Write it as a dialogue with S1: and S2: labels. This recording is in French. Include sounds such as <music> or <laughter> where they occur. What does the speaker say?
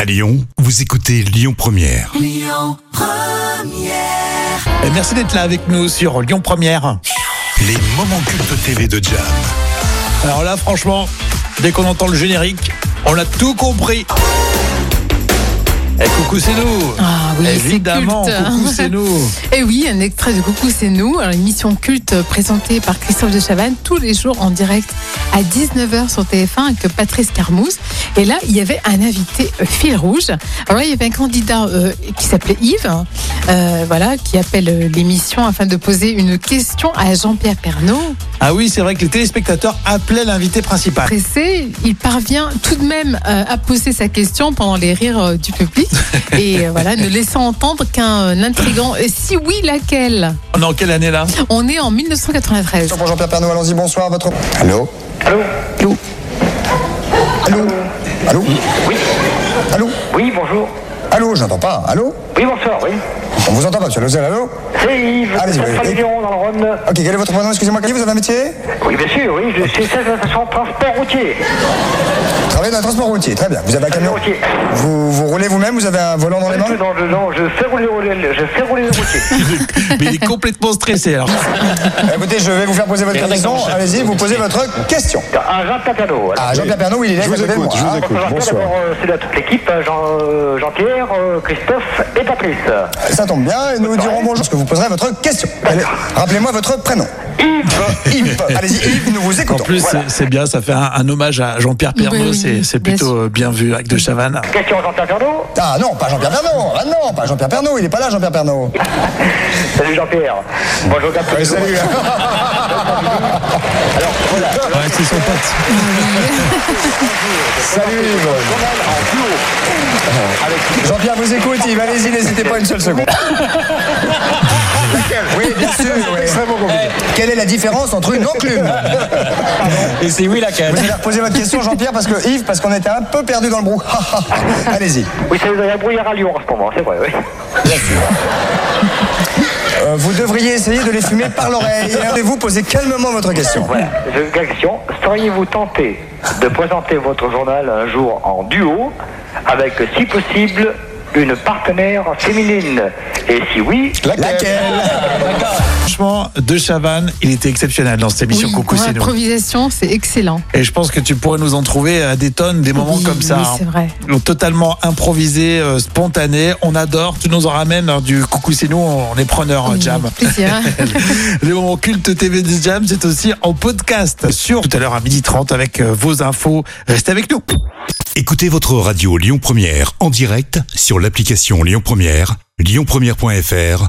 S1: À Lyon, vous écoutez Lyon Première.
S2: Et Euh, Merci d'être là avec nous sur Lyon Première.
S1: Les moments cultes TV de Jam.
S2: Alors là, franchement, dès qu'on entend le générique, on a tout compris. Et coucou, c'est nous.
S3: Ah oui, c'est
S2: Évidemment,
S3: culte.
S2: coucou, c'est nous.
S3: Et Eh oui, un extrait de Coucou, c'est nous. Alors, une mission culte présentée par Christophe de Chavannes tous les jours en direct à 19h sur TF1 avec Patrice Carmouze. Et là, il y avait un invité euh, fil rouge. Alors là, il y avait un candidat euh, qui s'appelait Yves, hein, euh, voilà, qui appelle euh, l'émission afin de poser une question à Jean-Pierre Pernaud.
S2: Ah oui, c'est vrai que les téléspectateurs appelaient l'invité principal.
S3: Pressé, il parvient tout de même euh, à poser sa question pendant les rires euh, du public. Et euh, voilà, ne laissant entendre qu'un euh, intrigant « si oui, laquelle ?»
S2: On est en quelle année là <laughs>
S3: On est en 1993.
S4: Pour Jean-Pierre Pernaud, allons-y, bonsoir, votre...
S5: Allô
S4: Allô Allô
S6: Oui,
S4: Allô
S6: oui, bonjour.
S4: Allô, j'entends pas, allô
S6: Oui, bonsoir, oui.
S4: On vous entend pas, monsieur Lozel, allô
S6: C'est Yves,
S4: Allez,
S6: de
S4: vas-y.
S6: Saint-Pavillon, dans le Rhône.
S4: Ok, quel est votre prénom, excusez-moi, quel est vous avez un métier
S6: Oui, bien sûr, oui, je suis chef de la station de transport routier.
S4: Vous Travaillez dans le transport routier, très bien. Vous avez un camion
S6: routier.
S4: Vous, vous roulez vous-même, vous avez un volant dans les mains
S6: Non, non, non, je fais rouler, rouler- je fais rouler
S2: <laughs>
S6: le routier.
S2: Mais il est complètement stressé alors.
S4: Écoutez, je vais vous faire poser votre question, allez-y, vous posez votre question.
S6: À Jean Placano. alors.
S4: Ah, Jean-Pierre Pernaud, il est là,
S5: Je vous
S4: à côté de
S5: écoute,
S4: moi,
S5: je vous
S4: hein.
S5: écoute.
S6: Bonsoir, Jean-Pierre,
S5: bonsoir.
S6: D'abord, euh, salut à toute l'équipe, hein, Jean, euh, Jean-Pierre, euh, Christophe et Patrice.
S4: Ça tombe bien, et nous dirons bonjour, parce que vous poserez votre question. Allez, Rappelez-moi votre prénom. Yves Yves Allez-y, Yves, nous vous
S2: En
S4: écoutons.
S2: plus, c'est- c'est bien, ça fait un, un hommage à Jean-Pierre
S3: Oui,
S2: Pernaut.
S3: oui,
S2: c'est c'est
S3: bien
S2: plutôt
S3: sûr.
S2: euh, bien vu, acte de Chavannes.
S6: Question à Jean-Pierre Pernaud.
S4: Ah non, pas Jean-Pierre Pernaud, ah non, pas Jean-Pierre Pernaud, il est pas là, Jean-Pierre Pernaud.
S6: Salut Jean-Pierre. Bonjour, Captain.
S4: Ouais, Ah salut.
S6: <laughs> Alors, voilà.
S2: Ouais, c'est son pote.
S4: Salut Yves. Jean-Pierre vous écoute, Yves, allez-y, n'hésitez pas une seule seconde. oui, bien sûr, oui. Quelle est la différence entre une enclume
S7: Et c'est oui
S4: Vous
S7: laquelle
S4: allez reposer votre question, Jean-Pierre, parce que Yves, parce qu'on était un peu perdu dans le brou. <laughs> allez-y.
S6: Oui, ça vous a un brouillard à Lyon en ce moment, c'est vrai, oui.
S4: Euh, vous devriez essayer de les fumer par l'oreille. Et vous posez calmement votre question.
S6: Voilà, j'ai une question. Seriez-vous tenté de présenter votre journal un jour en duo avec, si possible, une partenaire féminine Et si oui,
S4: Laquelle
S2: Franchement, de Chavannes, il était exceptionnel dans cette émission
S3: Oui,
S2: Coucou,
S3: pour
S2: c'est nous.
S3: l'improvisation, c'est excellent.
S2: Et je pense que tu pourrais nous en trouver à des tonnes, des moments
S3: Oui,
S2: comme ça.
S3: oui,
S2: hein.
S3: c'est vrai.
S2: Donc, totalement improvisé, euh, spontané. On adore. Tu nous en ramènes hein, du coucou, c'est nous. On est preneur,
S3: Oui,
S2: Jam.
S3: avec plaisir.
S2: <laughs> Les moments cultes TV de Jam, c'est aussi en podcast sur tout à l'heure à 12h30 avec euh, vos infos. Restez avec nous.
S1: Écoutez votre radio Lyon Première en direct sur l'application Lyon Première, lyonpremière.fr